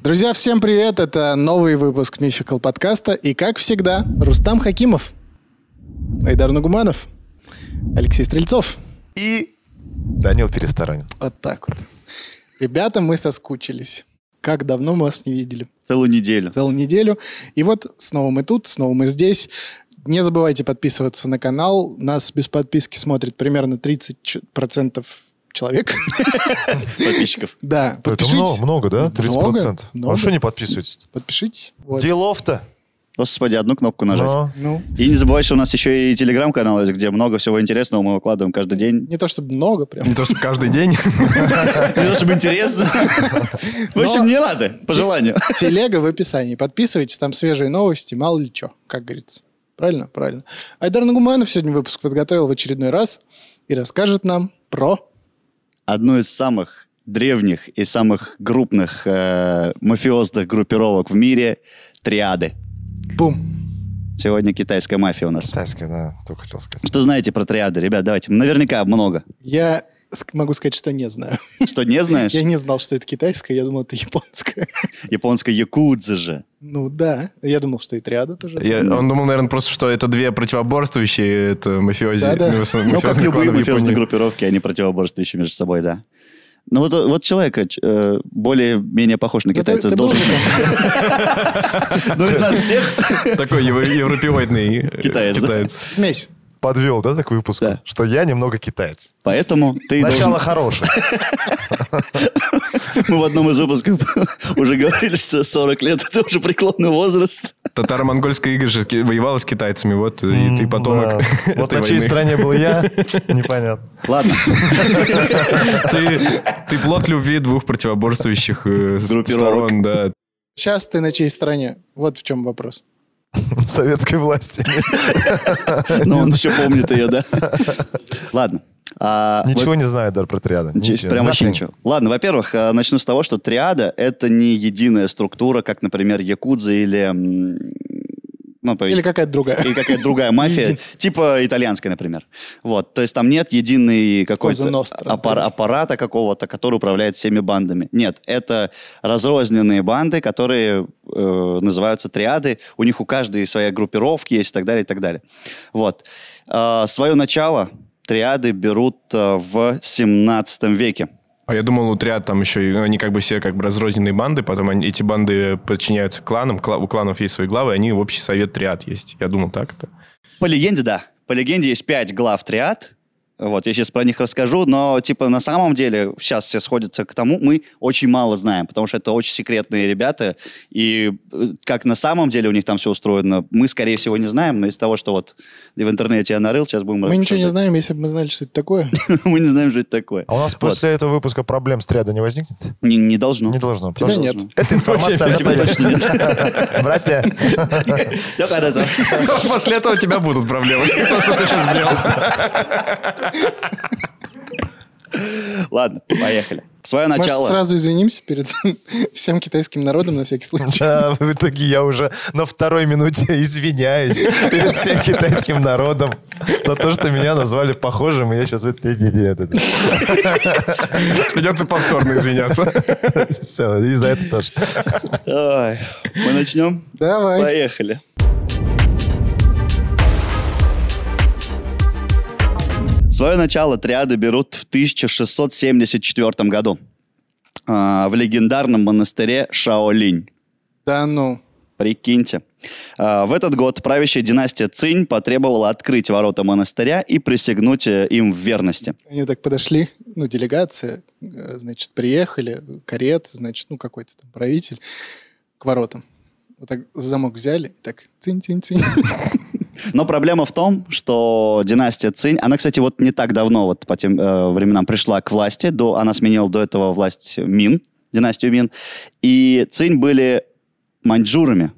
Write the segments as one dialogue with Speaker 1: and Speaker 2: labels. Speaker 1: Друзья, всем привет! Это новый выпуск Мификал подкаста. И, как всегда, Рустам Хакимов, Айдар Нагуманов, Алексей Стрельцов.
Speaker 2: И Данил Пересторонин.
Speaker 1: Вот так вот. Ребята, мы соскучились. Как давно мы вас не видели.
Speaker 3: Целую неделю.
Speaker 1: Целую неделю. И вот снова мы тут, снова мы здесь. Не забывайте подписываться на канал. Нас без подписки смотрит примерно 30% человек.
Speaker 3: Подписчиков.
Speaker 1: Да,
Speaker 2: Это
Speaker 1: подпишитесь.
Speaker 2: много, много, да? 30%.
Speaker 1: Много, много.
Speaker 2: А что не подписывайтесь?
Speaker 1: Подпишитесь. Вот.
Speaker 2: Делов-то.
Speaker 3: Господи, одну кнопку нажать.
Speaker 2: Но.
Speaker 1: Ну,
Speaker 3: И не забывай, что у нас еще и телеграм-канал есть, где много всего интересного мы выкладываем каждый день.
Speaker 1: не то чтобы много прям.
Speaker 4: Не то, что каждый день.
Speaker 3: Не то, Ну, чтобы интересно. В общем, не надо, по желанию.
Speaker 1: Телега в описании. Подписывайтесь, там свежие новости, мало ли что, как говорится. Правильно? Правильно. Айдар Нагуманов сегодня выпуск подготовил в очередной раз и расскажет нам про...
Speaker 3: Одну из самых древних и самых крупных э, мафиозных группировок в мире — триады.
Speaker 1: Бум.
Speaker 3: Сегодня китайская мафия у нас.
Speaker 2: Китайская, да, только хотел сказать.
Speaker 3: Что знаете про триады, ребят? Давайте. Наверняка много.
Speaker 1: Я ск- могу сказать, что не знаю.
Speaker 3: Что, не знаешь?
Speaker 1: Я не знал, что это китайское, я думал, это японское.
Speaker 3: Японская якудза же.
Speaker 1: Ну да, я думал, что и триада тоже.
Speaker 4: Я-
Speaker 3: ну.
Speaker 4: он думал, наверное, просто, что это две противоборствующие это мафиози.
Speaker 1: Да-да.
Speaker 4: Ну, с-
Speaker 3: Ну, как
Speaker 4: мафиозные
Speaker 3: любые
Speaker 4: кланы в
Speaker 3: мафиозные
Speaker 4: Японии.
Speaker 3: группировки, они противоборствующие между собой, да. Ну вот, вот человек э, более-менее похож на
Speaker 1: Ну, ты-
Speaker 3: китайца
Speaker 1: ты был
Speaker 3: должен
Speaker 1: же
Speaker 3: быть. Ну, из нас всех.
Speaker 4: Такой евро- европеоидный э,
Speaker 3: Китаец, да?
Speaker 4: китаец.
Speaker 1: Смесь.
Speaker 2: Подвел, да, такой выпуск?
Speaker 3: Да.
Speaker 2: Что я немного китаец.
Speaker 3: Поэтому ты
Speaker 2: Начало
Speaker 3: должен...
Speaker 2: хорошее.
Speaker 3: Мы в одном из выпусков уже говорили, что 40 лет — это уже преклонный возраст.
Speaker 4: Татаро-монгольская ига же ки- воевала с китайцами, вот, и ты
Speaker 2: М,
Speaker 4: потомок
Speaker 2: да. Вот
Speaker 4: этой
Speaker 2: на чьей
Speaker 4: войны.
Speaker 2: стороне был я, непонятно.
Speaker 3: Ладно,
Speaker 4: Ты, ты плод любви двух противоборствующих э, с-
Speaker 3: Группировок.
Speaker 4: сторон, да.
Speaker 1: Сейчас ты на чьей стороне? Вот в чем вопрос.
Speaker 2: Советской власти.
Speaker 3: но он еще помнит ее, да? Ладно. А, вот-
Speaker 2: Ничего не знаю, Дар, про триады.
Speaker 3: Чи- Прям вообще
Speaker 2: Nothing.
Speaker 3: ничего. Ладно, во-первых, э, начну с того, что триада — это не единая структура, как, например, якудза или... м, Ну, по-
Speaker 1: Или какая-то другая.
Speaker 3: или какая-то другая мафия, типа итальянская, например. Вот, то есть там нет единый какой-то
Speaker 1: Коза Ностра,
Speaker 3: аппар-
Speaker 1: например.
Speaker 3: аппарата какого-то, который управляет всеми бандами. Нет, это разрозненные банды, которые э, называются триады. У них у каждой своя группировка есть и так далее, и так далее. Вот. А, свое начало триады берут э, в 17 веке.
Speaker 4: А я думал, у триад там еще, и- ну, они как бы все как бы разрозненные банды, потом они, эти банды подчиняются кланам, кла- у кланов есть свои главы, они общий совет триад есть. Я думал, так это.
Speaker 3: По легенде, да. По легенде есть пять глав триад. Вот, я сейчас про них расскажу, но, типа, на самом деле, сейчас все сходятся к тому, мы очень мало знаем, потому что это очень секретные ребята, и э, как на самом деле у них там все устроено, мы, скорее всего, не знаем, но из того, что вот в интернете я нарыл, сейчас будем...
Speaker 1: Мы ничего не знаем, если бы мы знали, что это такое.
Speaker 3: знаем. Мы не знаем, что это такое.
Speaker 2: А у нас после этого выпуска проблем с триадой не возникнет?
Speaker 3: Не, не должно.
Speaker 2: Не должно. потому
Speaker 1: тебя
Speaker 2: что
Speaker 1: нет.
Speaker 2: Эта информация,
Speaker 4: У
Speaker 2: она
Speaker 3: тебя
Speaker 2: пойдет.
Speaker 3: точно
Speaker 2: Братья,
Speaker 3: Всё хорошо.
Speaker 4: После этого у тебя будут проблемы. То, что ты сейчас сделал.
Speaker 3: Ладно, поехали. Свое
Speaker 1: Может,
Speaker 3: начало.
Speaker 1: сразу извинимся перед всем китайским народом на всякий случай.
Speaker 2: а, в итоге я уже на второй минуте извиняюсь перед всем китайским народом за то, что меня назвали похожим, и я сейчас...
Speaker 4: Придется повторно извиняться.
Speaker 2: Все, и за это тоже.
Speaker 3: Ой, Мы начнем?
Speaker 1: Давай.
Speaker 3: Поехали. Свое начало триады берут в 1674 году а, в легендарном монастыре Шаолинь.
Speaker 1: Да ну.
Speaker 3: Прикиньте. А, В этот год правящая династия Цинь потребовала открыть ворота монастыря и присягнуть э, им в верности.
Speaker 1: Они так подошли, ну, делегация, э, значит, приехали, карет, значит, ну, какой-то там правитель к воротам. Вот так за замок взяли и так цинь-цинь-цинь.
Speaker 3: Но проблема в том, что династия Цинь, она, кстати, вот не так давно вот по тем э, временам пришла к власти, до, она сменила до этого власть Мин, династию Мин, и Цинь были маньчжурами.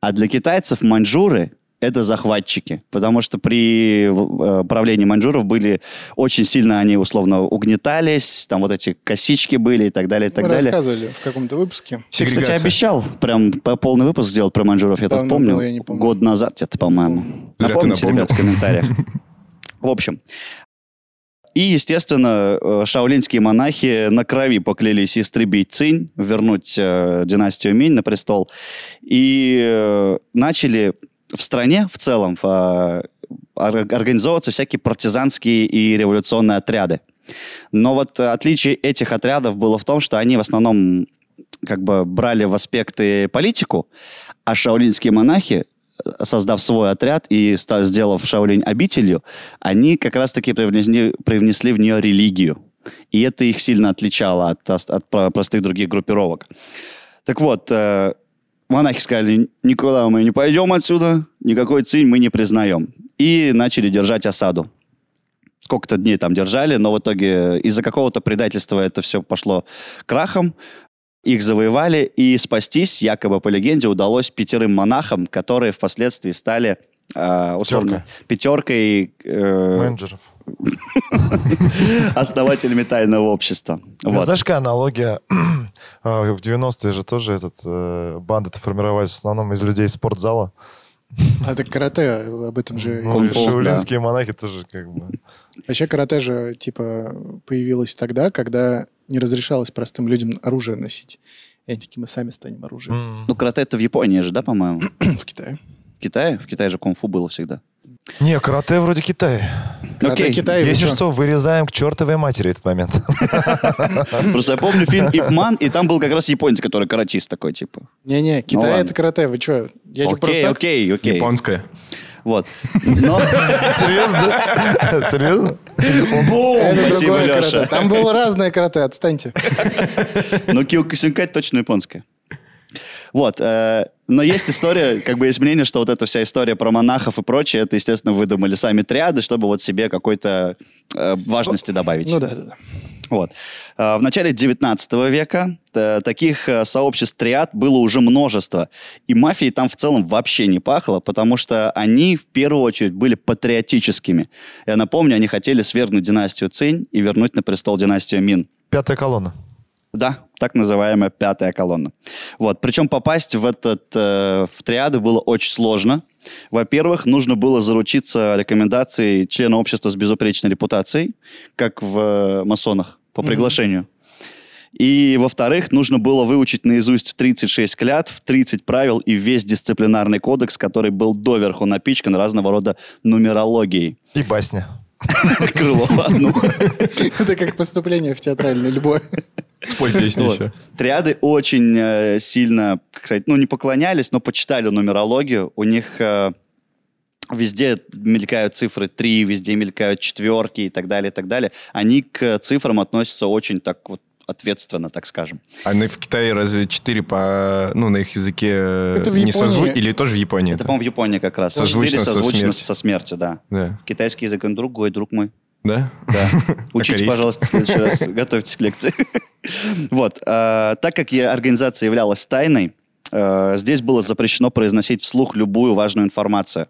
Speaker 3: А для китайцев маньчжуры – это захватчики, потому что при в- э, правлении маньчжуров были очень сильно они условно угнетались, там вот эти косички были и так далее, и так
Speaker 1: Мы
Speaker 3: далее.
Speaker 1: рассказывали в каком-то выпуске.
Speaker 3: Ты, кстати,
Speaker 4: Сегрегация.
Speaker 3: обещал прям по- полный выпуск сделать про маньчжуров, я так
Speaker 1: Давно
Speaker 3: помню.
Speaker 1: было, я не помню.
Speaker 3: Год назад это, по-моему.
Speaker 4: Зря ты
Speaker 3: Напомните,
Speaker 4: напомнил.
Speaker 3: ребят, в комментариях. В общем, И, естественно, э, шаолиньские монахи на крови поклялись истребить Цинь, вернуть э, династию Минь на престол. И э, начали в стране в целом э, ор- организовываться всякие партизанские и революционные отряды. Но вот э, отличие этих отрядов было в том, что они в основном как бы брали в аспекты политику, а шаолинские монахи, э, создав свой отряд и ста- сделав Шаолинь обителью, они как раз-таки привнесли, привнесли в нее религию. И это их сильно отличало от, ос- от про- простых других группировок. Так вот, э, монахи сказали, никуда мы не пойдем отсюда, никакой цинь мы не признаем. И начали держать осаду. Сколько-то дней там держали, но в итоге из-за какого-то предательства это все пошло крахом. Их завоевали, и спастись, якобы по легенде, удалось пятерым монахам, которые впоследствии стали э, условно пятеркой э,
Speaker 2: менеджеров.
Speaker 3: основателями тайного общества.
Speaker 2: Блин,
Speaker 3: Вот.
Speaker 2: Ну, Знаешь, какая аналогия? А, В 90-е же тоже этот, э, банды-то формировались в основном из людей из спортзала.
Speaker 1: А так карате, об этом же...
Speaker 2: Ну, и
Speaker 3: Кунг-фу, да.
Speaker 2: шаулинские монахи тоже как бы...
Speaker 1: Вообще карате же, типа, появилось тогда, когда не разрешалось простым людям оружие носить. И они такие, мы сами станем оружием
Speaker 2: М.
Speaker 3: Ну, карате это в Японии же, да, по-моему?
Speaker 1: в Китае.
Speaker 3: В Китае? В Китае же кунг-фу было всегда.
Speaker 2: Не, карате вроде Китая.
Speaker 1: Карате
Speaker 3: Окей.
Speaker 1: Китая, вы
Speaker 2: Если
Speaker 1: чё?
Speaker 2: что, вырезаем к чертовой матери этот момент.
Speaker 3: Просто я помню фильм «Ипман», и там был как раз японец, который каратист такой, типа.
Speaker 1: Не-не, Китай
Speaker 3: ладно.
Speaker 1: это карате, вы что? Я чё, просто...
Speaker 3: Окей,
Speaker 1: так?
Speaker 3: окей, окей.
Speaker 4: Японская.
Speaker 3: Вот. Но...
Speaker 2: Серьезно? Серьезно?
Speaker 1: Это
Speaker 3: Спасибо,
Speaker 1: другое карате.
Speaker 3: Леша.
Speaker 1: Там было разное карате, отстаньте.
Speaker 3: Но Киокусинкай точно японская. Вот. э, Но есть история, как бы есть мнение, что вот эта вся история про монахов и прочее, это, естественно, выдумали сами триады, чтобы вот себе какой-то э, важности добавить.
Speaker 1: Ну да, да, да.
Speaker 3: Вот. А, В начале 19 века э, таких э, сообществ триад было уже множество. И мафии там в целом вообще не пахло, потому что они в первую очередь были патриотическими. Я напомню, они хотели свергнуть династию Цинь и вернуть на престол династию Мин.
Speaker 2: Пятая колонна.
Speaker 3: Да, так называемая пятая колонна. Вот. Причем попасть в, этот, э, в триаду было очень сложно. Во-первых, нужно было заручиться рекомендацией члена общества с безупречной репутацией, как в э, масонах, по
Speaker 1: Мгм.
Speaker 3: приглашению. И, во-вторых, нужно было выучить наизусть 36 клятв, 30 правил и весь дисциплинарный кодекс, который был доверху напичкан разного рода нумерологией.
Speaker 2: И басня.
Speaker 3: Крылова одну.
Speaker 1: Это как поступление в театральное любое.
Speaker 4: Спой песню
Speaker 3: Вот.
Speaker 4: еще.
Speaker 3: Триады очень э, сильно, как сказать, ну, не поклонялись, но почитали нумерологию. У них э, везде мелькают цифры 3, везде мелькают четверки и так далее, и так далее. Они к цифрам относятся очень так вот ответственно, так скажем.
Speaker 4: А на- в Китае разве 4 по... Ну, на их языке
Speaker 1: Это
Speaker 4: это
Speaker 1: в
Speaker 4: не
Speaker 1: Японии.
Speaker 4: созву- Или тоже в Японии?
Speaker 3: Это, по-моему, в Японии как раз.
Speaker 4: Созвучно
Speaker 3: Четыре
Speaker 4: со
Speaker 3: созвучно
Speaker 4: смертью.
Speaker 3: со смертью, да.
Speaker 4: Да.
Speaker 3: Китайский язык, он другой, друг мой.
Speaker 4: Да?
Speaker 3: Да. Учите,
Speaker 4: корейский?
Speaker 3: пожалуйста, в следующий раз. Готовьтесь к лекции. Вот. а, Так как я- организация являлась тайной, а, здесь было запрещено произносить вслух любую важную информацию.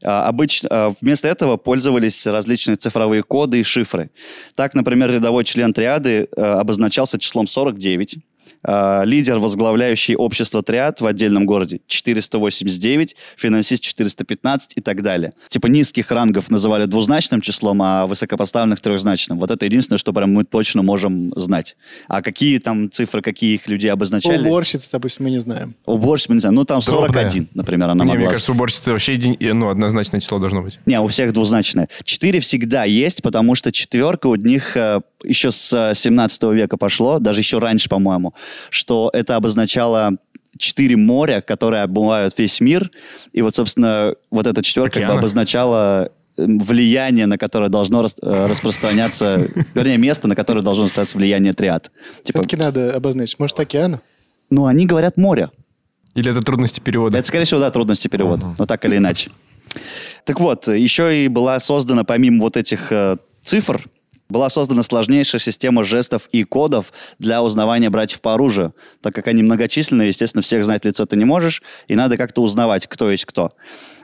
Speaker 3: Обычно А, вместо этого пользовались различные цифровые коды и шифры. Так, например, рядовой член триады э, обозначался числом 49, а, лидер, возглавляющий общество триад в отдельном городе 489, финансист 415 и так далее. Типа низких рангов называли двузначным числом, а высокопоставленных трехзначным. Вот это единственное, что прям мы точно можем знать. А какие там цифры, каких людей обозначали?
Speaker 1: Уборщица, допустим, мы не знаем.
Speaker 3: Уборщица, мы не знаю. Ну, там
Speaker 2: Дробная.
Speaker 3: 41, например, она
Speaker 4: Не, мне
Speaker 3: могла
Speaker 4: кажется, уборщица вообще един- э, ну, однозначное число должно быть.
Speaker 3: не, у всех двузначное. Четыре всегда есть, потому что четверка у них э, еще с э, 17 века пошло, даже еще раньше, по-моему, что это обозначало четыре моря, которые обмывают весь мир. И вот, собственно, вот эта четверка как бы
Speaker 4: Океаны.
Speaker 3: обозначала э, влияние, на которое должно рас- э, распространяться, вернее, место, на которое должно распространяться влияние триад. Типа,
Speaker 1: Все-таки надо обозначить. Может, океана?
Speaker 3: ну, они говорят море.
Speaker 4: Или это трудности перевода?
Speaker 3: Это, скорее всего, да, трудности перевода, но так или иначе. Так вот, еще и была создана, помимо вот этих э, цифр, была создана сложнейшая система жестов и кодов для узнавания братьев по оружию. Так как они многочисленные, естественно, всех знать в лицо ты не можешь, и надо как-то узнавать, кто есть кто.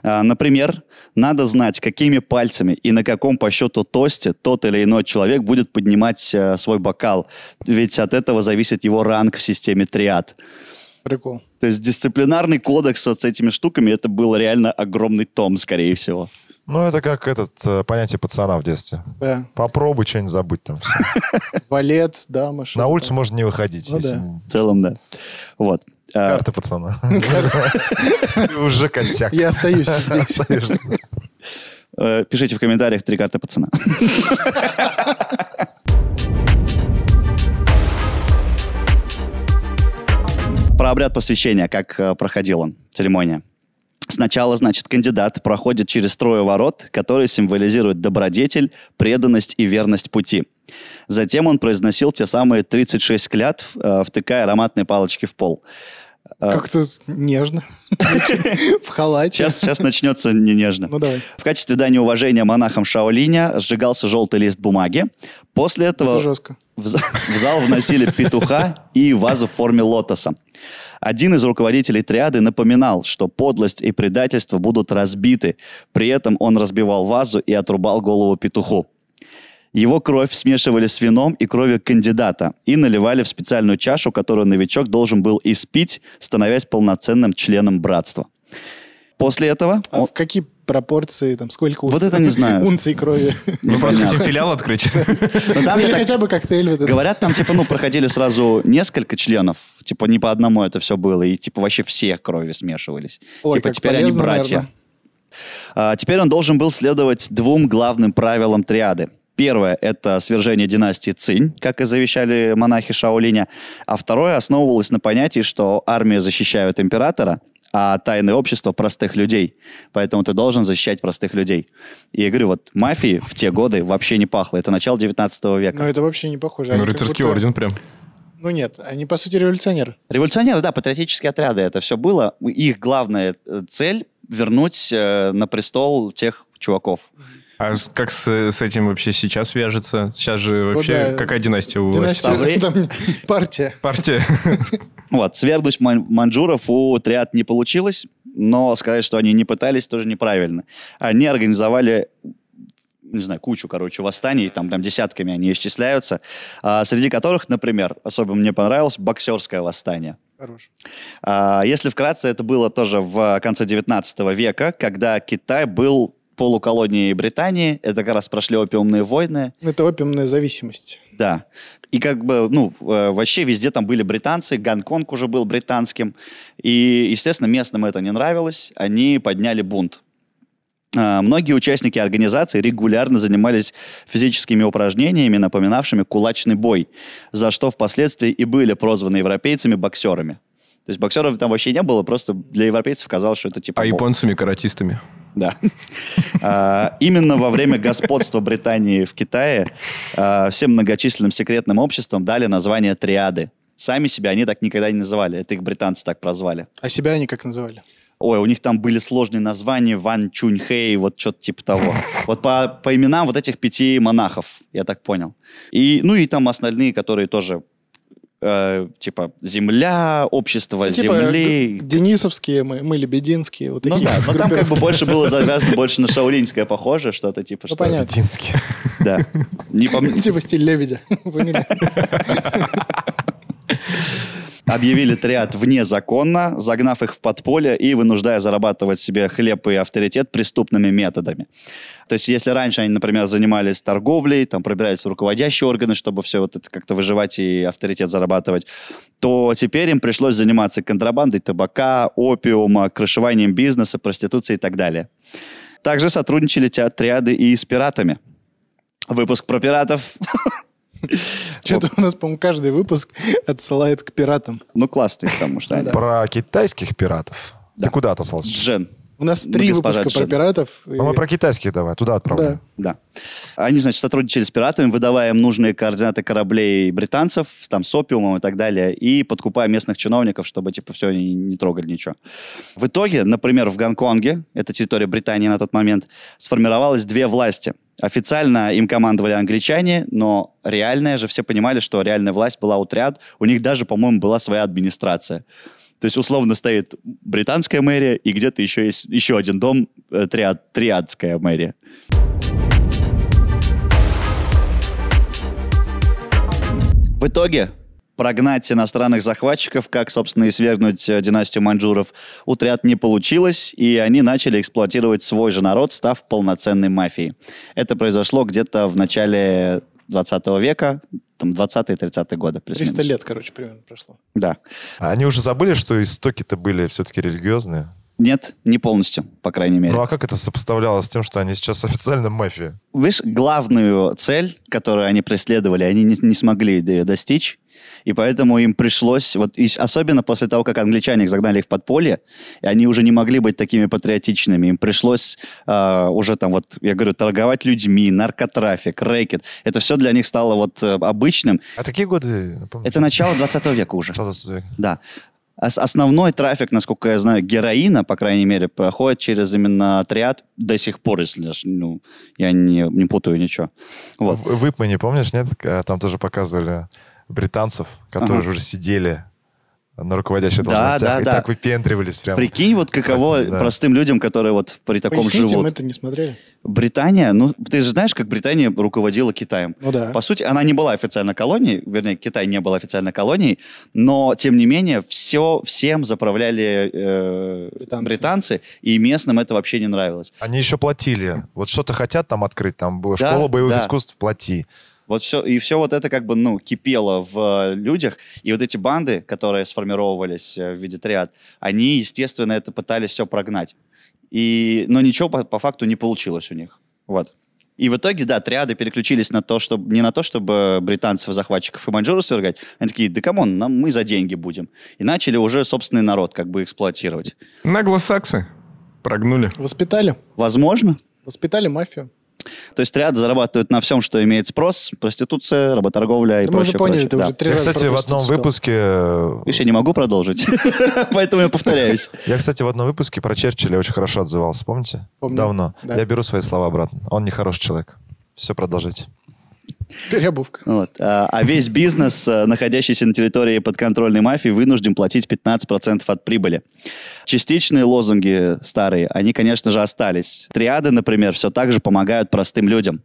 Speaker 3: А, Например, надо знать, какими пальцами и на каком по счету тосте тот или иной человек будет поднимать э, свой бокал, ведь от этого зависит его ранг в системе триад.
Speaker 1: Прикол.
Speaker 3: То есть дисциплинарный кодекс вот с этими штуками, это был реально огромный том, скорее всего.
Speaker 2: Ну, это как этот, э, понятие пацана в детстве.
Speaker 1: Да.
Speaker 2: Попробуй что-нибудь забыть там. всё.
Speaker 1: Валет, дама, что-то
Speaker 2: На улицу
Speaker 1: там.
Speaker 2: можно не выходить.
Speaker 1: Ну
Speaker 2: если
Speaker 1: да.
Speaker 2: не-
Speaker 3: В целом, да. Вот. А,
Speaker 2: Карта пацана. И Уже косяк.
Speaker 1: Я остаюсь здесь.
Speaker 2: Остаешься.
Speaker 3: э, Пишите в комментариях три карты пацана. Про обряд посвящения, как э, проходила церемония. Сначала, значит, кандидат проходит через трое ворот, которые символизируют добродетель, преданность и верность пути. Затем он произносил те самые 36 клятв, э, втыкая ароматные палочки в пол.
Speaker 1: Как-то нежно. В халате.
Speaker 3: Сейчас, сейчас начнется не нежно.
Speaker 1: Ну давай.
Speaker 3: В качестве дани уважения монахам Шаолиня сжигался желтый лист бумаги. После этого
Speaker 1: Это жестко.
Speaker 3: в за- в зал вносили петуха и вазу в форме лотоса. Один из руководителей триады напоминал, что подлость и предательство будут разбиты. При этом он разбивал вазу и отрубал голову петуху. Его кровь смешивали с вином и кровью кандидата и наливали в специальную чашу, которую новичок должен был испить, становясь полноценным членом братства. После этого...
Speaker 1: А
Speaker 3: он-
Speaker 1: в какие пропорции, там, сколько
Speaker 3: Вот
Speaker 1: унций-
Speaker 3: это не знаю.
Speaker 1: унций крови?
Speaker 4: Мы Ну, просто
Speaker 3: Непонятно.
Speaker 4: хотим филиал открыть. Ну,
Speaker 3: Но там я
Speaker 1: Или
Speaker 3: так
Speaker 1: хотя бы коктейль вот этот.
Speaker 3: Говорят, там, типа, ну, проходили сразу несколько членов, типа, не по одному это все было, и, типа, вообще все крови смешивались.
Speaker 1: Ой,
Speaker 3: типа,
Speaker 1: как
Speaker 3: теперь
Speaker 1: полезно,
Speaker 3: они братья.
Speaker 1: наверное.
Speaker 3: А, теперь он должен был следовать двум главным правилам триады. Первое – это свержение династии Цинь, как и завещали монахи Шаолиня. А второе основывалось на понятии, что армия защищает императора, а тайное общество – простых людей. Поэтому ты должен защищать простых людей. И я говорю, вот мафии в те годы вообще не пахло. Это начало 19 века.
Speaker 1: Но это вообще не похоже.
Speaker 4: Ну,
Speaker 1: Они как
Speaker 4: рыцарский
Speaker 1: будто-
Speaker 4: орден прям.
Speaker 1: Ну нет, они, по сути, революционеры.
Speaker 3: Революционеры, да, патриотические отряды, это все было. Их главная э, цель — вернуть э, на престол тех чуваков.
Speaker 4: А с- как с, с этим вообще сейчас вяжется? Сейчас же вообще
Speaker 1: Ну да.
Speaker 4: какая династия у власти?
Speaker 1: Династия,
Speaker 3: Саврей.
Speaker 1: там, партия.
Speaker 4: Партия.
Speaker 3: Вот, свергнуть ман- маньчжуров у триад не получилось, но сказать, что они не пытались, тоже неправильно. Они организовали не знаю, кучу, короче, восстаний, там прям десятками они исчисляются, а, среди которых, например, особо мне понравилось боксерское восстание.
Speaker 1: Хорош.
Speaker 3: А, Если вкратце, это было тоже в конце 19 века, когда Китай был полуколонией Британии. Это как раз прошли опиумные войны.
Speaker 1: Это опиумная зависимость.
Speaker 3: Да. И как бы, ну, э, вообще везде там были британцы, Гонконг уже был британским. И, естественно, местным это не нравилось. Они подняли бунт. А, Многие участники организации регулярно занимались физическими упражнениями, напоминавшими кулачный бой, за что впоследствии и были прозваны европейцами боксерами. То есть боксеров там вообще не было, просто для европейцев казалось, что это типа...
Speaker 4: А
Speaker 3: бокс.
Speaker 4: японцами каратистами.
Speaker 3: Да. А, Именно во время господства Британии в Китае а, всем многочисленным секретным обществам дали название триады. Сами себя они так никогда не называли. Это их британцы так прозвали.
Speaker 1: А себя они как называли?
Speaker 3: Ой, у них там были сложные названия. Ван Чуньхэй, вот что-то типа того. Вот по, по именам вот этих пяти монахов, я так понял. И, ну и там остальные, которые тоже э, типа земля, общество
Speaker 1: Ну,
Speaker 3: земли.
Speaker 1: г- Денисовские мы, мы лебединские. Вот
Speaker 3: Ну
Speaker 1: такие
Speaker 3: да, но там
Speaker 1: группировки.
Speaker 3: как бы больше было завязано больше на шаулинское похоже, что-то типа...
Speaker 1: Ну,
Speaker 3: что это
Speaker 1: понятно.
Speaker 2: Лебединский.
Speaker 3: Да. Не помню.
Speaker 1: Типа стиль лебедя. Понимаю.
Speaker 3: Объявили триад вне закона, загнав их в подполье и вынуждая зарабатывать себе хлеб и авторитет преступными методами. То есть, если раньше они, например, занимались торговлей, там пробирались в руководящие органы, чтобы все вот это как-то выживать и авторитет зарабатывать, то теперь им пришлось заниматься контрабандой табака, опиума, крышеванием бизнеса, проституцией и так далее. Также сотрудничали те- триады и с пиратами. Выпуск про пиратов.
Speaker 1: Что-то у нас, по-моему, каждый выпуск отсылает к пиратам.
Speaker 3: Ну, классный, потому что они...
Speaker 2: Про китайских пиратов.
Speaker 3: Да.
Speaker 2: Ты куда отослался?
Speaker 3: Джен.
Speaker 1: У нас
Speaker 3: Ну,
Speaker 1: три
Speaker 3: госпожа
Speaker 1: выпуска про
Speaker 3: Джен.
Speaker 1: пиратов. и-
Speaker 2: Ну, мы про китайских давай, туда
Speaker 1: Да.
Speaker 2: отправляем.
Speaker 3: Да. Они, значит, сотрудничали с пиратами, выдавая им нужные координаты кораблей британцев, там, с опиумом и так далее, и подкупая местных чиновников, чтобы, типа, все, они не трогали ничего. В итоге, например, в Гонконге, это территория Британии на тот момент, сформировалось две власти. Официально им командовали англичане, но реальная же, все понимали, что реальная власть была утряд, у них даже, по-моему, была своя администрация. То есть, условно, стоит британская мэрия, и где-то еще есть еще один дом, э, триад, триадская мэрия. В итоге прогнать иностранных захватчиков, как, собственно, и свергнуть э, династию маньчжуров, у Триад не получилось, и они начали эксплуатировать свой же народ, став полноценной мафией. Это произошло где-то в начале 20 века, там 20-30 годы. плюс-минус.
Speaker 1: 300 лет, короче, примерно прошло.
Speaker 3: Да.
Speaker 2: А Они уже забыли, что истоки-то были все-таки религиозные.
Speaker 3: Нет, не полностью, по крайней мере.
Speaker 2: Ну а как это сопоставлялось с тем, что они сейчас официально мафия?
Speaker 3: Видишь, главную цель, которую они преследовали, они не, не смогли ее достичь. И поэтому им пришлось, вот и с- особенно после того, как англичане их загнали в подполье, и они уже не могли быть такими патриотичными. Им пришлось э, уже там вот, я говорю, торговать людьми, наркотрафик, рэкет. Это все для них стало вот э, обычным.
Speaker 2: А такие годы, напомню,
Speaker 3: Это начало 20 века уже.
Speaker 2: начало 20 века.
Speaker 3: Да. Ос- Основной трафик, насколько я знаю, героина, по крайней мере, проходит через именно отряд до сих пор, если я ж- ну, я не, не путаю ничего. Вот.
Speaker 2: В Выпмане, не помнишь, нет? К- а, Там тоже показывали британцев, которые
Speaker 3: Ага.
Speaker 2: уже сидели на руководящих
Speaker 3: Да,
Speaker 2: должностях
Speaker 3: да,
Speaker 2: и
Speaker 3: да.
Speaker 2: так выпендривались прям.
Speaker 3: Прикинь, вот каково
Speaker 2: Да.
Speaker 3: простым людям, которые вот при таком
Speaker 1: Поясните,
Speaker 3: живут.
Speaker 1: мы это не смотрели.
Speaker 3: Британия, ну, ты же знаешь, как Британия руководила Китаем.
Speaker 1: Ну да.
Speaker 3: По сути, она не была официально колонией, вернее, Китай не был официально колонией, но, тем не менее, все, всем заправляли э,
Speaker 1: Британцы.
Speaker 3: британцы, и местным это вообще не нравилось.
Speaker 2: Они еще платили. Вот что-то хотят там открыть, там было
Speaker 3: Да,
Speaker 2: школа боевых
Speaker 3: да.
Speaker 2: искусств, плати.
Speaker 3: Вот все, и все вот это как бы, ну, кипело в э, людях. И вот эти банды, которые сформировались э, в виде триад, они, естественно, это пытались все прогнать. И, но ничего по, по факту не получилось у них. Вот. И в итоге, да, триады переключились на то, чтобы, не на то, чтобы британцев, захватчиков и маньчжуров свергать. Они такие, да камон, нам, мы за деньги будем. И начали уже собственный народ как бы эксплуатировать.
Speaker 4: Нагло саксы прогнули.
Speaker 1: Воспитали.
Speaker 3: Возможно.
Speaker 1: Воспитали мафию.
Speaker 3: То есть триады зарабатывают на всем, что имеет спрос. Проституция, работорговля и
Speaker 1: Да мы уже
Speaker 3: прочее.
Speaker 1: поняли,
Speaker 3: прочее.
Speaker 1: ты
Speaker 3: Да.
Speaker 1: уже три
Speaker 2: Я,
Speaker 1: раза
Speaker 2: кстати, в
Speaker 1: пропустил,
Speaker 2: одном
Speaker 1: сказал.
Speaker 2: выпуске... э,
Speaker 3: Видишь, я не могу продолжить, поэтому я повторяюсь.
Speaker 2: Я, кстати, в одном выпуске про Черчилля очень хорошо отзывался, помните?
Speaker 1: Помню.
Speaker 2: Давно.
Speaker 1: Да.
Speaker 2: Я беру свои слова обратно. Он нехороший человек. Все, продолжайте.
Speaker 1: Переобувка.
Speaker 3: Вот. А а весь бизнес, э, находящийся на территории подконтрольной мафии, вынужден платить 15% от прибыли. Частичные лозунги старые, они, конечно же, остались. Триады, например, все так же помогают простым людям.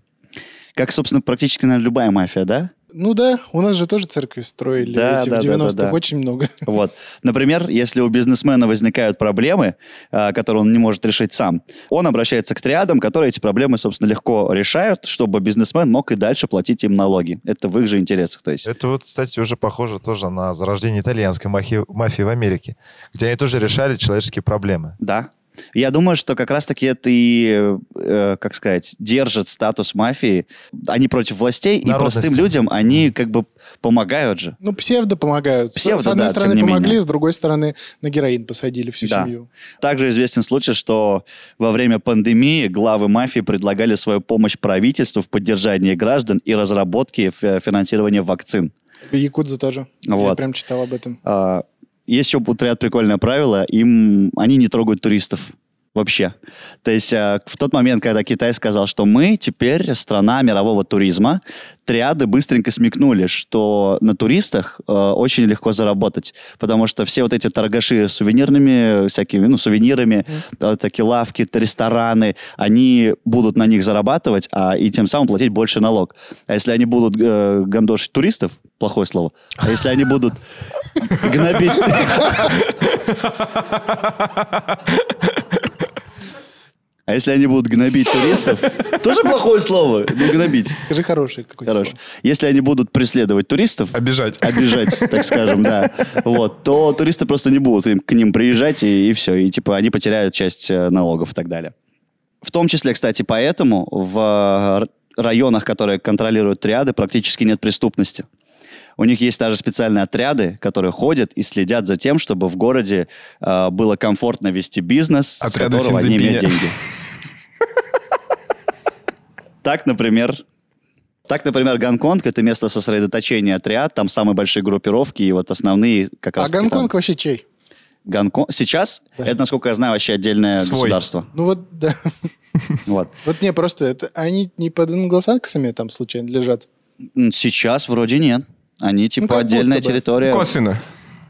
Speaker 3: Как, собственно, практически, наверное, любая мафия, да?
Speaker 1: Ну да, у нас же тоже церкви строили
Speaker 3: Да,
Speaker 1: эти
Speaker 3: да, да,
Speaker 1: в
Speaker 3: да,
Speaker 1: 90-х
Speaker 3: да.
Speaker 1: очень много.
Speaker 3: Вот. Например, если у бизнесмена возникают проблемы, э, которые он не может решить сам, он обращается к триадам, которые эти проблемы, собственно, легко решают, чтобы бизнесмен мог и дальше платить им налоги. Это в их же интересах, то есть.
Speaker 2: Это вот, кстати, уже похоже тоже на зарождение итальянской махи- мафии в Америке, где они тоже решали человеческие проблемы.
Speaker 3: Да. Я думаю, что как раз-таки это и, э, как сказать, держит статус мафии. Они против властей, и
Speaker 2: Народности.
Speaker 3: простым людям они как бы помогают же.
Speaker 1: Ну, псевдо помогают. С-
Speaker 3: Псевдо,
Speaker 1: с одной
Speaker 3: да,
Speaker 1: стороны
Speaker 3: тем не
Speaker 1: помогли,
Speaker 3: менее.
Speaker 1: с другой стороны на героин посадили всю
Speaker 3: Да.
Speaker 1: семью.
Speaker 3: Также известен случай, что во время пандемии главы мафии предлагали свою помощь правительству в поддержании граждан и разработке фи- финансирования вакцин.
Speaker 1: И Якудза тоже. Я
Speaker 3: Вот.
Speaker 1: прям читал об этом.
Speaker 3: А, Есть еще вот ряд прикольное правило, им они не трогают туристов вообще. То есть а, в тот момент, когда Китай сказал, что мы теперь страна мирового туризма, триады быстренько смекнули, что на туристах э, очень легко заработать, потому что все вот эти торгаши с сувенирными всякими, ну, сувенирами, э, такие лавки, т- рестораны, они будут на них зарабатывать, а и тем самым платить больше налог. А если они будут э, гандошить туристов, плохое слово, а если они будут гнобить... А если они будут гнобить туристов, тоже плохое слово, ну, гнобить.
Speaker 1: Скажи хороший какой-то.
Speaker 3: Хорош. Если они будут преследовать туристов,
Speaker 4: Обижать.
Speaker 3: обижать, так скажем, да, вот, то туристы просто не будут им- к ним приезжать, и, и все, и типа они потеряют часть э, налогов и так далее. В том числе, кстати, поэтому в э, районах, которые контролируют триады, практически нет преступности. У них есть даже специальные отряды, которые ходят и следят за тем, чтобы в городе э, было комфортно вести бизнес,
Speaker 4: Отряды
Speaker 3: с которого они имеют
Speaker 4: Синдзипиня.
Speaker 3: деньги. Так, например, так, например, Гонконг — это место сосредоточения отряд, там самые большие группировки, и вот основные как
Speaker 1: А
Speaker 3: раз...
Speaker 1: Гонконг вообще чей?
Speaker 3: Гонконг... Сейчас?
Speaker 1: Да.
Speaker 3: Это, насколько я знаю, вообще отдельное
Speaker 4: Свой.
Speaker 3: государство.
Speaker 1: Ну вот, да.
Speaker 3: Вот.
Speaker 1: Вот не, просто это, они не под англосаксами там случайно лежат.
Speaker 3: М, Сейчас вроде нет. Они типа
Speaker 1: как
Speaker 3: отдельная
Speaker 1: будто бы.
Speaker 3: территория.
Speaker 1: Ну
Speaker 4: Косвенно.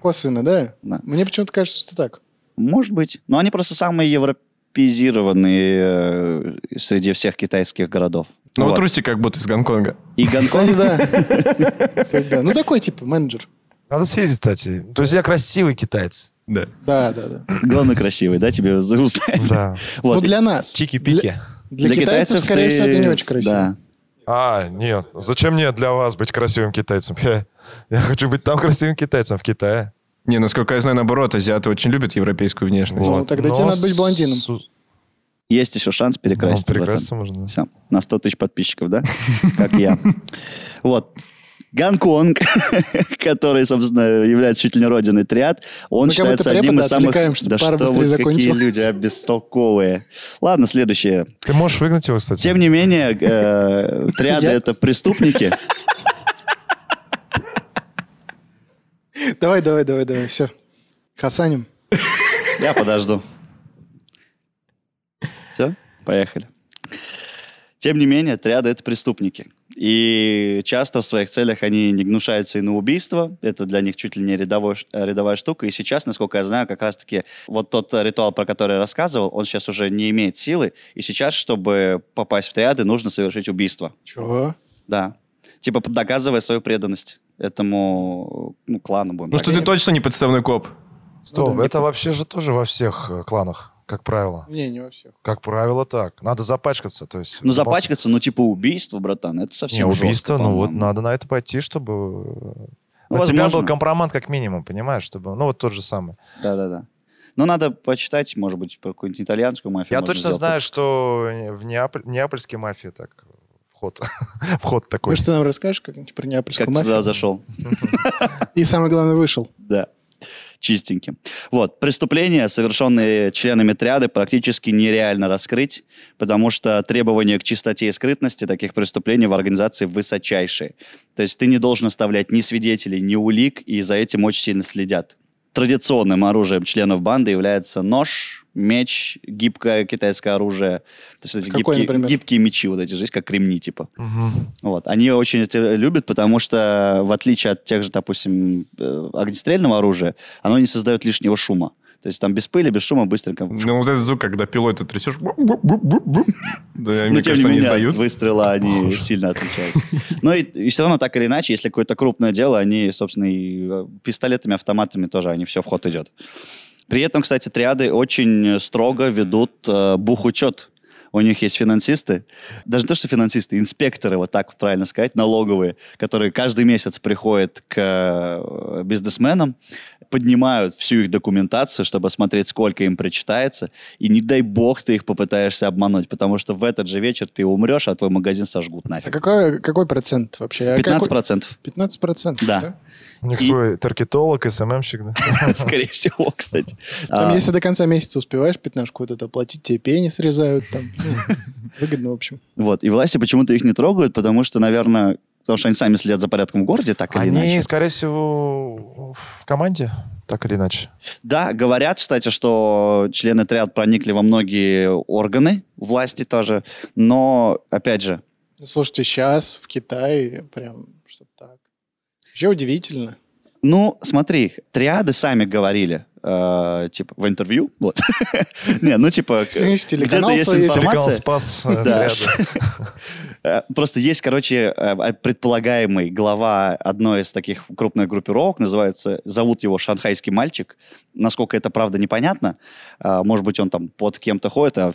Speaker 1: Косвенно, да?
Speaker 3: Да.
Speaker 1: Мне почему-то кажется, что так.
Speaker 3: Может быть. Но они просто самые европеизированные э, среди всех китайских городов.
Speaker 4: Ну вот
Speaker 3: Вот.
Speaker 4: Русти как будто из Гонконга.
Speaker 3: И
Speaker 1: Кстати,
Speaker 3: Гонконг...
Speaker 1: да. Кстати, да. Ну такой типа менеджер.
Speaker 2: Надо съездить, кстати. То есть я красивый китаец.
Speaker 4: Да.
Speaker 1: Да, да, да.
Speaker 3: Главное, красивый, да, тебе узнать?
Speaker 2: Да.
Speaker 3: Вот.
Speaker 1: Ну, для нас.
Speaker 2: Чики-пики.
Speaker 1: Для, китайцев, скорее
Speaker 3: ты-
Speaker 1: всего, это не очень красиво.
Speaker 3: Да.
Speaker 2: А, нет. Зачем мне для вас быть красивым китайцем? Хе. Я хочу быть там красивым китайцем в Китае.
Speaker 4: Не, насколько я знаю, наоборот, азиаты очень любят европейскую внешность.
Speaker 1: Ну, тогда тебе надо быть блондином.
Speaker 2: су-
Speaker 3: Есть еще шанс
Speaker 2: Ну,
Speaker 3: перекраситься. братан.
Speaker 2: Прекрасно можно.
Speaker 3: Всё, на 100 тысяч подписчиков, да? Как я. Вот. Гонконг, который, собственно, является чуть ли не родиной триад, он
Speaker 1: Мы Ну, как будто
Speaker 3: считается одним
Speaker 1: препода
Speaker 3: из самых...
Speaker 1: отвлекаем, чтобы
Speaker 3: да
Speaker 1: пара
Speaker 3: что
Speaker 1: быстрее
Speaker 3: вы, какие
Speaker 1: закончилась.
Speaker 3: люди а, бестолковые. Ладно, следующее.
Speaker 2: Ты можешь выгнать его, кстати?
Speaker 3: Тем не менее, э, триады —
Speaker 1: Я-
Speaker 3: это преступники.
Speaker 1: Давай, давай, давай, давай, все. Хасаним.
Speaker 3: Я подожду. Все, поехали. Тем не менее, триады — это преступники. И часто в своих целях они не гнушаются и на убийство. Это для них чуть ли не рядовой, ш- э, рядовая штука. И сейчас, насколько я знаю, как раз-таки вот тот э, ритуал, про который я рассказывал, он сейчас уже не имеет силы. И сейчас, чтобы попасть в триады, нужно совершить убийство.
Speaker 1: Чего?
Speaker 3: Да. Типа доказывая свою преданность этому ну, клану будем
Speaker 4: Ну что ты
Speaker 3: так
Speaker 4: точно не подставной коп.
Speaker 2: Стоп,
Speaker 1: Да,
Speaker 2: это вообще же тоже во всех э, кланах, как правило.
Speaker 1: Не, не во всех.
Speaker 2: Как правило, так. Надо запачкаться, то есть...
Speaker 3: Ну,
Speaker 2: запас-
Speaker 3: запачкаться, ну, типа убийство, братан, это
Speaker 2: Не,
Speaker 3: совсем
Speaker 2: убийство,
Speaker 3: жестко,
Speaker 2: ну вот
Speaker 3: по-моему.
Speaker 2: надо на это пойти, чтобы... э,
Speaker 3: Ну,
Speaker 2: На тебя был
Speaker 3: возможно.
Speaker 2: компромат как минимум, понимаешь? Чтобы, ну, вот тот же самый.
Speaker 3: Да-да-да. Ну, надо почитать, может быть, про какую-нибудь итальянскую мафию.
Speaker 2: Я
Speaker 3: можно
Speaker 2: точно
Speaker 3: сделать.
Speaker 2: знаю, что в Неаполь- неапольской мафии так вход, вход такой.
Speaker 1: Может, ты нам расскажешь как-нибудь про
Speaker 3: Как
Speaker 1: неапольскую
Speaker 3: ты туда
Speaker 1: мафию?
Speaker 3: зашел.
Speaker 1: И самое главное, вышел.
Speaker 3: Да. Чистеньким. Вот. Преступления, совершенные членами триады, практически нереально раскрыть, потому что требования к чистоте и скрытности таких преступлений в организации высочайшие. То есть ты не должен оставлять ни свидетелей, ни улик, и за этим очень сильно следят. Традиционным оружием членов банды является нож, меч, гибкое китайское оружие. То есть эти
Speaker 1: Какое,
Speaker 3: гибкие,
Speaker 1: например?
Speaker 3: гибкие мечи вот эти, жизнь как ремни типа.
Speaker 2: Мгм.
Speaker 3: Вот. Они очень это любят, потому что, в отличие от тех же, допустим, э, огнестрельного оружия, оно не создает лишнего шума. То есть там без пыли, без шума быстренько...
Speaker 4: Ну вот этот звук, когда пилой ты трясешь. бу-бу-бу-бу. Да,
Speaker 3: Ну,
Speaker 4: мне кажется, они сдают.
Speaker 3: от выстрела они сильно отличаются. Но и, все равно, так или иначе, если какое-то крупное дело, они, собственно, и э, пистолетами, автоматами тоже, они все в ход идет. При этом, кстати, триады очень строго ведут э, бухучет. У них есть финансисты, даже не то, что финансисты, инспекторы, вот так вот правильно сказать, налоговые, которые каждый месяц приходят к э, бизнесменам, поднимают всю их документацию, чтобы смотреть, сколько им причитается, и не дай бог ты их попытаешься обмануть, потому что в этот же вечер ты умрешь, а твой магазин сожгут
Speaker 1: А
Speaker 3: нафиг.
Speaker 1: какой, какой процент вообще? А
Speaker 3: 15%,
Speaker 1: какой-
Speaker 3: процентов,
Speaker 1: 15 процентов,
Speaker 3: Да.
Speaker 1: да?
Speaker 2: У них
Speaker 3: И-
Speaker 2: свой таргетолог, СММщик, да?
Speaker 3: скорее всего, кстати.
Speaker 1: Там,
Speaker 3: А,
Speaker 1: если до конца месяца успеваешь пятнашку вот это оплатить, тебе пени срезают там. Ну, Выгодно, в общем.
Speaker 3: Вот. И власти почему-то их не трогают, потому что, наверное, потому что они сами следят за порядком в городе, так или иначе.
Speaker 2: Они, скорее всего, в команде, так или иначе.
Speaker 3: Да, говорят, кстати, что члены триад проникли во многие органы власти тоже, но, опять же,
Speaker 1: Ну, слушайте, сейчас в Китае прям что-то так. Вообще удивительно.
Speaker 3: ну, смотри, триады сами говорили, э, типа, в интервью, вот. Не, ну, типа,
Speaker 1: Снимешь телеканал
Speaker 3: где-то есть
Speaker 1: свой,
Speaker 3: информация.
Speaker 2: Телеканал спас э,
Speaker 3: Да.
Speaker 2: отряды.
Speaker 3: Э, Просто есть, короче, э, предполагаемый глава одной из таких крупных группировок, называется, зовут его «Шанхайский мальчик». Насколько это правда, непонятно. Э, Может быть, он там под кем-то ходит, а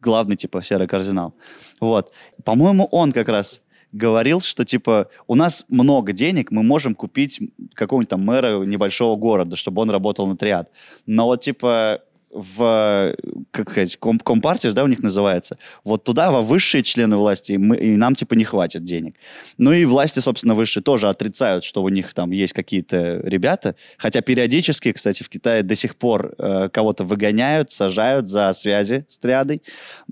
Speaker 3: главный, типа, серый кардинал. Вот. По-моему, он как раз говорил, что, типа, у нас много денег, мы можем купить какого-нибудь там мэра небольшого города, чтобы он работал на триад. Но вот, типа, в, э, как сказать, ком- компартия, да, у них называется, вот туда, во высшие члены власти, и мы, и нам, типа, не хватит денег. Ну и власти, собственно, высшие тоже отрицают, что у них там есть какие-то ребята, хотя периодически, кстати, в Китае до сих пор э, кого-то выгоняют, сажают за связи с триадой,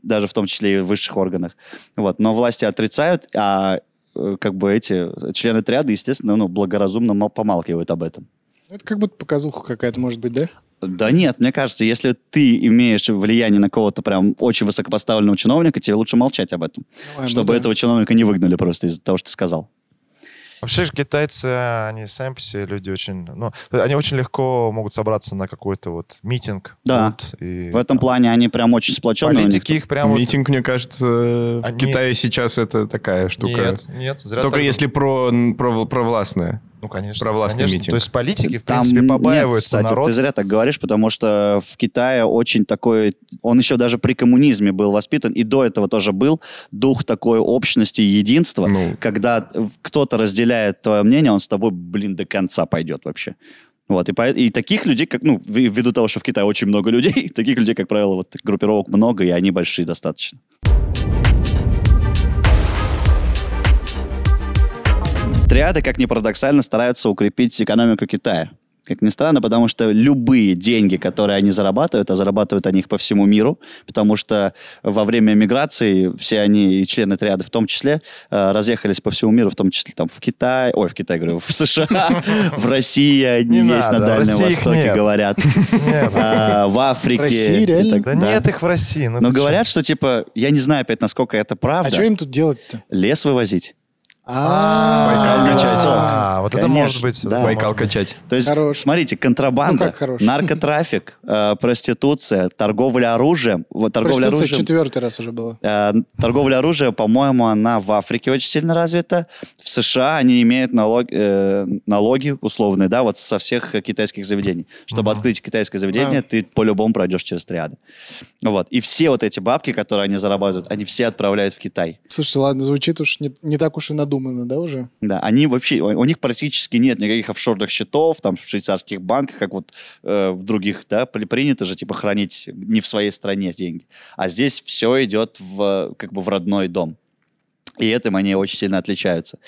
Speaker 3: даже в том числе и в высших органах. Вот, но власти отрицают, а э, как бы эти члены триады, естественно, ну, благоразумно мол- помалкивают об этом.
Speaker 1: Ну, Это как будто показуха какая-то может быть, да?
Speaker 3: Да нет, мне кажется, если ты имеешь влияние на кого-то прям очень высокопоставленного чиновника, тебе лучше молчать об этом,
Speaker 1: Ну, ладно,
Speaker 3: чтобы
Speaker 1: да.
Speaker 3: этого чиновника не выгнали просто из-за того, что ты сказал.
Speaker 2: Вообще же китайцы, они сами по себе люди очень... Ну, они очень легко могут собраться на какой-то вот митинг.
Speaker 3: Да.
Speaker 2: бунт и
Speaker 3: В этом плане они прям очень сплоченные. у них.
Speaker 2: Политики их прям... вот-
Speaker 4: Митинг, мне кажется, в
Speaker 2: Они-
Speaker 4: Китае сейчас это такая штука.
Speaker 2: Нет, нет, зря
Speaker 4: Только
Speaker 2: так-
Speaker 4: если про, про, про властное.
Speaker 2: Ну, конечно.
Speaker 4: Про властный
Speaker 2: конечно.
Speaker 4: митинг.
Speaker 2: То есть политики, в
Speaker 3: Там
Speaker 2: принципе,
Speaker 3: нет,
Speaker 2: побаиваются
Speaker 3: кстати,
Speaker 2: народ.
Speaker 3: ты зря так говоришь, потому что в Китае очень такой... Он еще даже при коммунизме был воспитан, и до этого тоже был дух такой общности и единства.
Speaker 4: Ну,
Speaker 3: Когда кто-то разделяет твое мнение, он с тобой, блин, до конца пойдет вообще. Вот, и, по- и таких людей, как, ну, ви- ввиду того, что в Китае очень много людей, таких людей, как правило, вот группировок много, и они большие достаточно. Триады, как ни парадоксально, стараются укрепить экономику Китая. Как ни странно, потому что любые деньги, которые они зарабатывают, а зарабатывают они их по всему миру, потому что во время миграции все они, и члены триады в том числе, э, разъехались по всему миру, в том числе там в Китай, ой, в Китае, говорю, в США, в России они
Speaker 2: Не
Speaker 3: есть на
Speaker 2: надо, в
Speaker 3: Дальнем
Speaker 2: России их
Speaker 3: Востоке,
Speaker 2: нет.
Speaker 3: говорят,
Speaker 2: Нет.
Speaker 3: а, в Африке.
Speaker 1: России
Speaker 3: и
Speaker 1: реально?
Speaker 3: так
Speaker 2: Да
Speaker 3: далее.
Speaker 2: нет их в России. ну
Speaker 3: Но
Speaker 2: ты чё?
Speaker 3: говорят, что типа, я не знаю опять, насколько это
Speaker 1: А что
Speaker 3: правда,
Speaker 1: им тут делать-то?
Speaker 3: лес вывозить.
Speaker 1: А,
Speaker 3: Байкал качать.
Speaker 2: А, вот это
Speaker 3: Конечно,
Speaker 2: может быть. вот
Speaker 3: да.
Speaker 2: это
Speaker 4: Байкал
Speaker 2: может быть.
Speaker 4: качать.
Speaker 3: То есть,
Speaker 1: Хорош.
Speaker 3: смотрите, контрабанда,
Speaker 1: Ну как хорош?
Speaker 3: наркотрафик, э, проституция, торговля оружием. Вот торговля
Speaker 1: Проституция
Speaker 3: оружием.
Speaker 1: четвертый раз уже было.
Speaker 3: э, Торговля оружием, по-моему, она в Африке очень сильно развита. В США они имеют налог, э, налоги условные, да, вот со всех э, китайских заведений. Чтобы
Speaker 2: Мгм.
Speaker 3: открыть китайское заведение,
Speaker 1: Да.
Speaker 3: ты по-любому пройдешь через триады. Вот. И все вот эти бабки, которые они зарабатывают, они все отправляют в Китай.
Speaker 1: Слушай, ладно, звучит уж не, не так уж и надуманно, да, уже?
Speaker 3: Да, они вообще, у у них практически нет никаких офшорных счетов, там, в швейцарских банках, как вот э, в других, да, при- принято же, типа, хранить не в своей стране деньги. А здесь все идет в, э, как бы, в родной дом. И этим они очень сильно отличаются.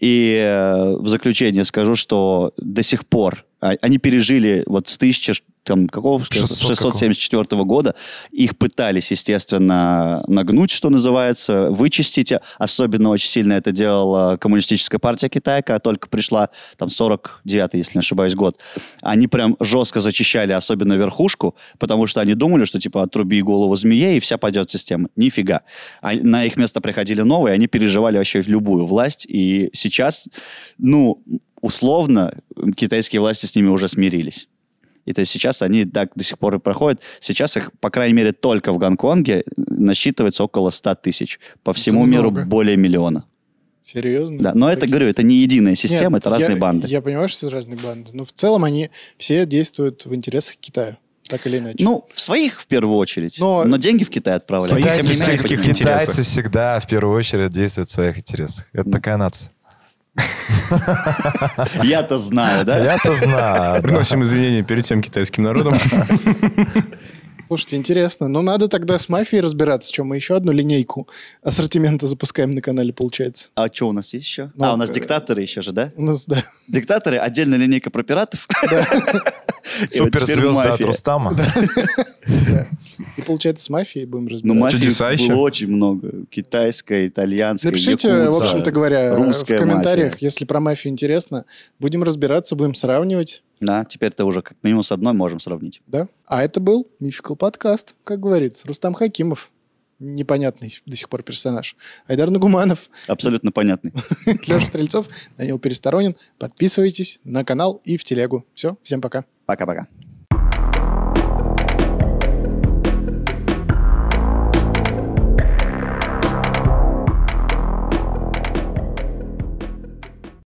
Speaker 3: И э, в заключение скажу, что до сих пор а, они пережили вот с 1000 там, какого,
Speaker 2: 600
Speaker 3: 674 года, их пытались, естественно, нагнуть, что называется, вычистить. Особенно очень сильно это делала коммунистическая партия Китая, когда только пришла, там, 49-й, если не ошибаюсь, год. Они прям жестко зачищали, особенно верхушку, потому что они думали, что, типа, отруби голову змее, и вся пойдет система. Нифига. А на их место приходили новые, они переживали вообще любую власть. И сейчас, ну, условно, китайские власти с ними уже смирились. И то есть сейчас они так до сих пор и проходят. Сейчас их, по крайней мере, только в Гонконге насчитывается около 100 тысяч. По всему миру
Speaker 1: много.
Speaker 3: более миллиона.
Speaker 1: Серьезно?
Speaker 3: Да. Но это,
Speaker 1: Такие-
Speaker 3: говорю, это не единая система,
Speaker 1: Нет,
Speaker 3: это разные
Speaker 1: я-
Speaker 3: банды.
Speaker 1: Я понимаю, что это разные банды, но в целом они все действуют в интересах Китая, так или иначе.
Speaker 3: Ну, в своих в первую очередь.
Speaker 1: Но-
Speaker 3: Но, деньги в Китай отправляют.
Speaker 4: Китайцы
Speaker 3: Тем не
Speaker 2: Китайцы,
Speaker 4: в
Speaker 3: менее,
Speaker 4: сельских
Speaker 2: всегда,
Speaker 3: почему?
Speaker 4: интересах.
Speaker 2: китайцы всегда в первую очередь действуют в своих интересах. Это такая нация.
Speaker 3: Я-то знаю, да?
Speaker 2: А Я-то знаю. да.
Speaker 4: Приносим извинения перед всем китайским народом.
Speaker 1: Слушайте, интересно. Ну, надо тогда с мафией разбираться, чем мы еще одну линейку ассортимента запускаем на канале, получается.
Speaker 3: А что у нас есть еще?
Speaker 1: Ну,
Speaker 3: а, у нас
Speaker 1: э,
Speaker 3: диктаторы еще же, да?
Speaker 1: У нас, да.
Speaker 3: Диктаторы, отдельная линейка про пиратов. И вот теперь
Speaker 2: Суперзвезды от
Speaker 3: мафия.
Speaker 2: Рустама.
Speaker 1: И получается, с мафией будем
Speaker 3: Ну,
Speaker 1: разбираться.
Speaker 3: мафии
Speaker 4: Чудеса еще.
Speaker 3: было очень много. Китайская, итальянская,
Speaker 1: Напишите,
Speaker 3: якутская,
Speaker 1: в общем-то говоря,
Speaker 3: русская
Speaker 1: в комментариях,
Speaker 3: мафия.
Speaker 1: если про мафию интересно. Будем разбираться, будем сравнивать,
Speaker 3: Да, теперь-то уже как минимум с одной можем сравнить.
Speaker 1: да? А это был Мификал подкаст, как говорится. Рустам Хакимов, непонятный до сих пор персонаж. Айдар Нагуманов,
Speaker 3: Абсолютно понятный.
Speaker 1: Леша Стрельцов, Данил Пересторонин. Подписывайтесь на канал и в телегу. Все, всем пока.
Speaker 3: Пока-пока.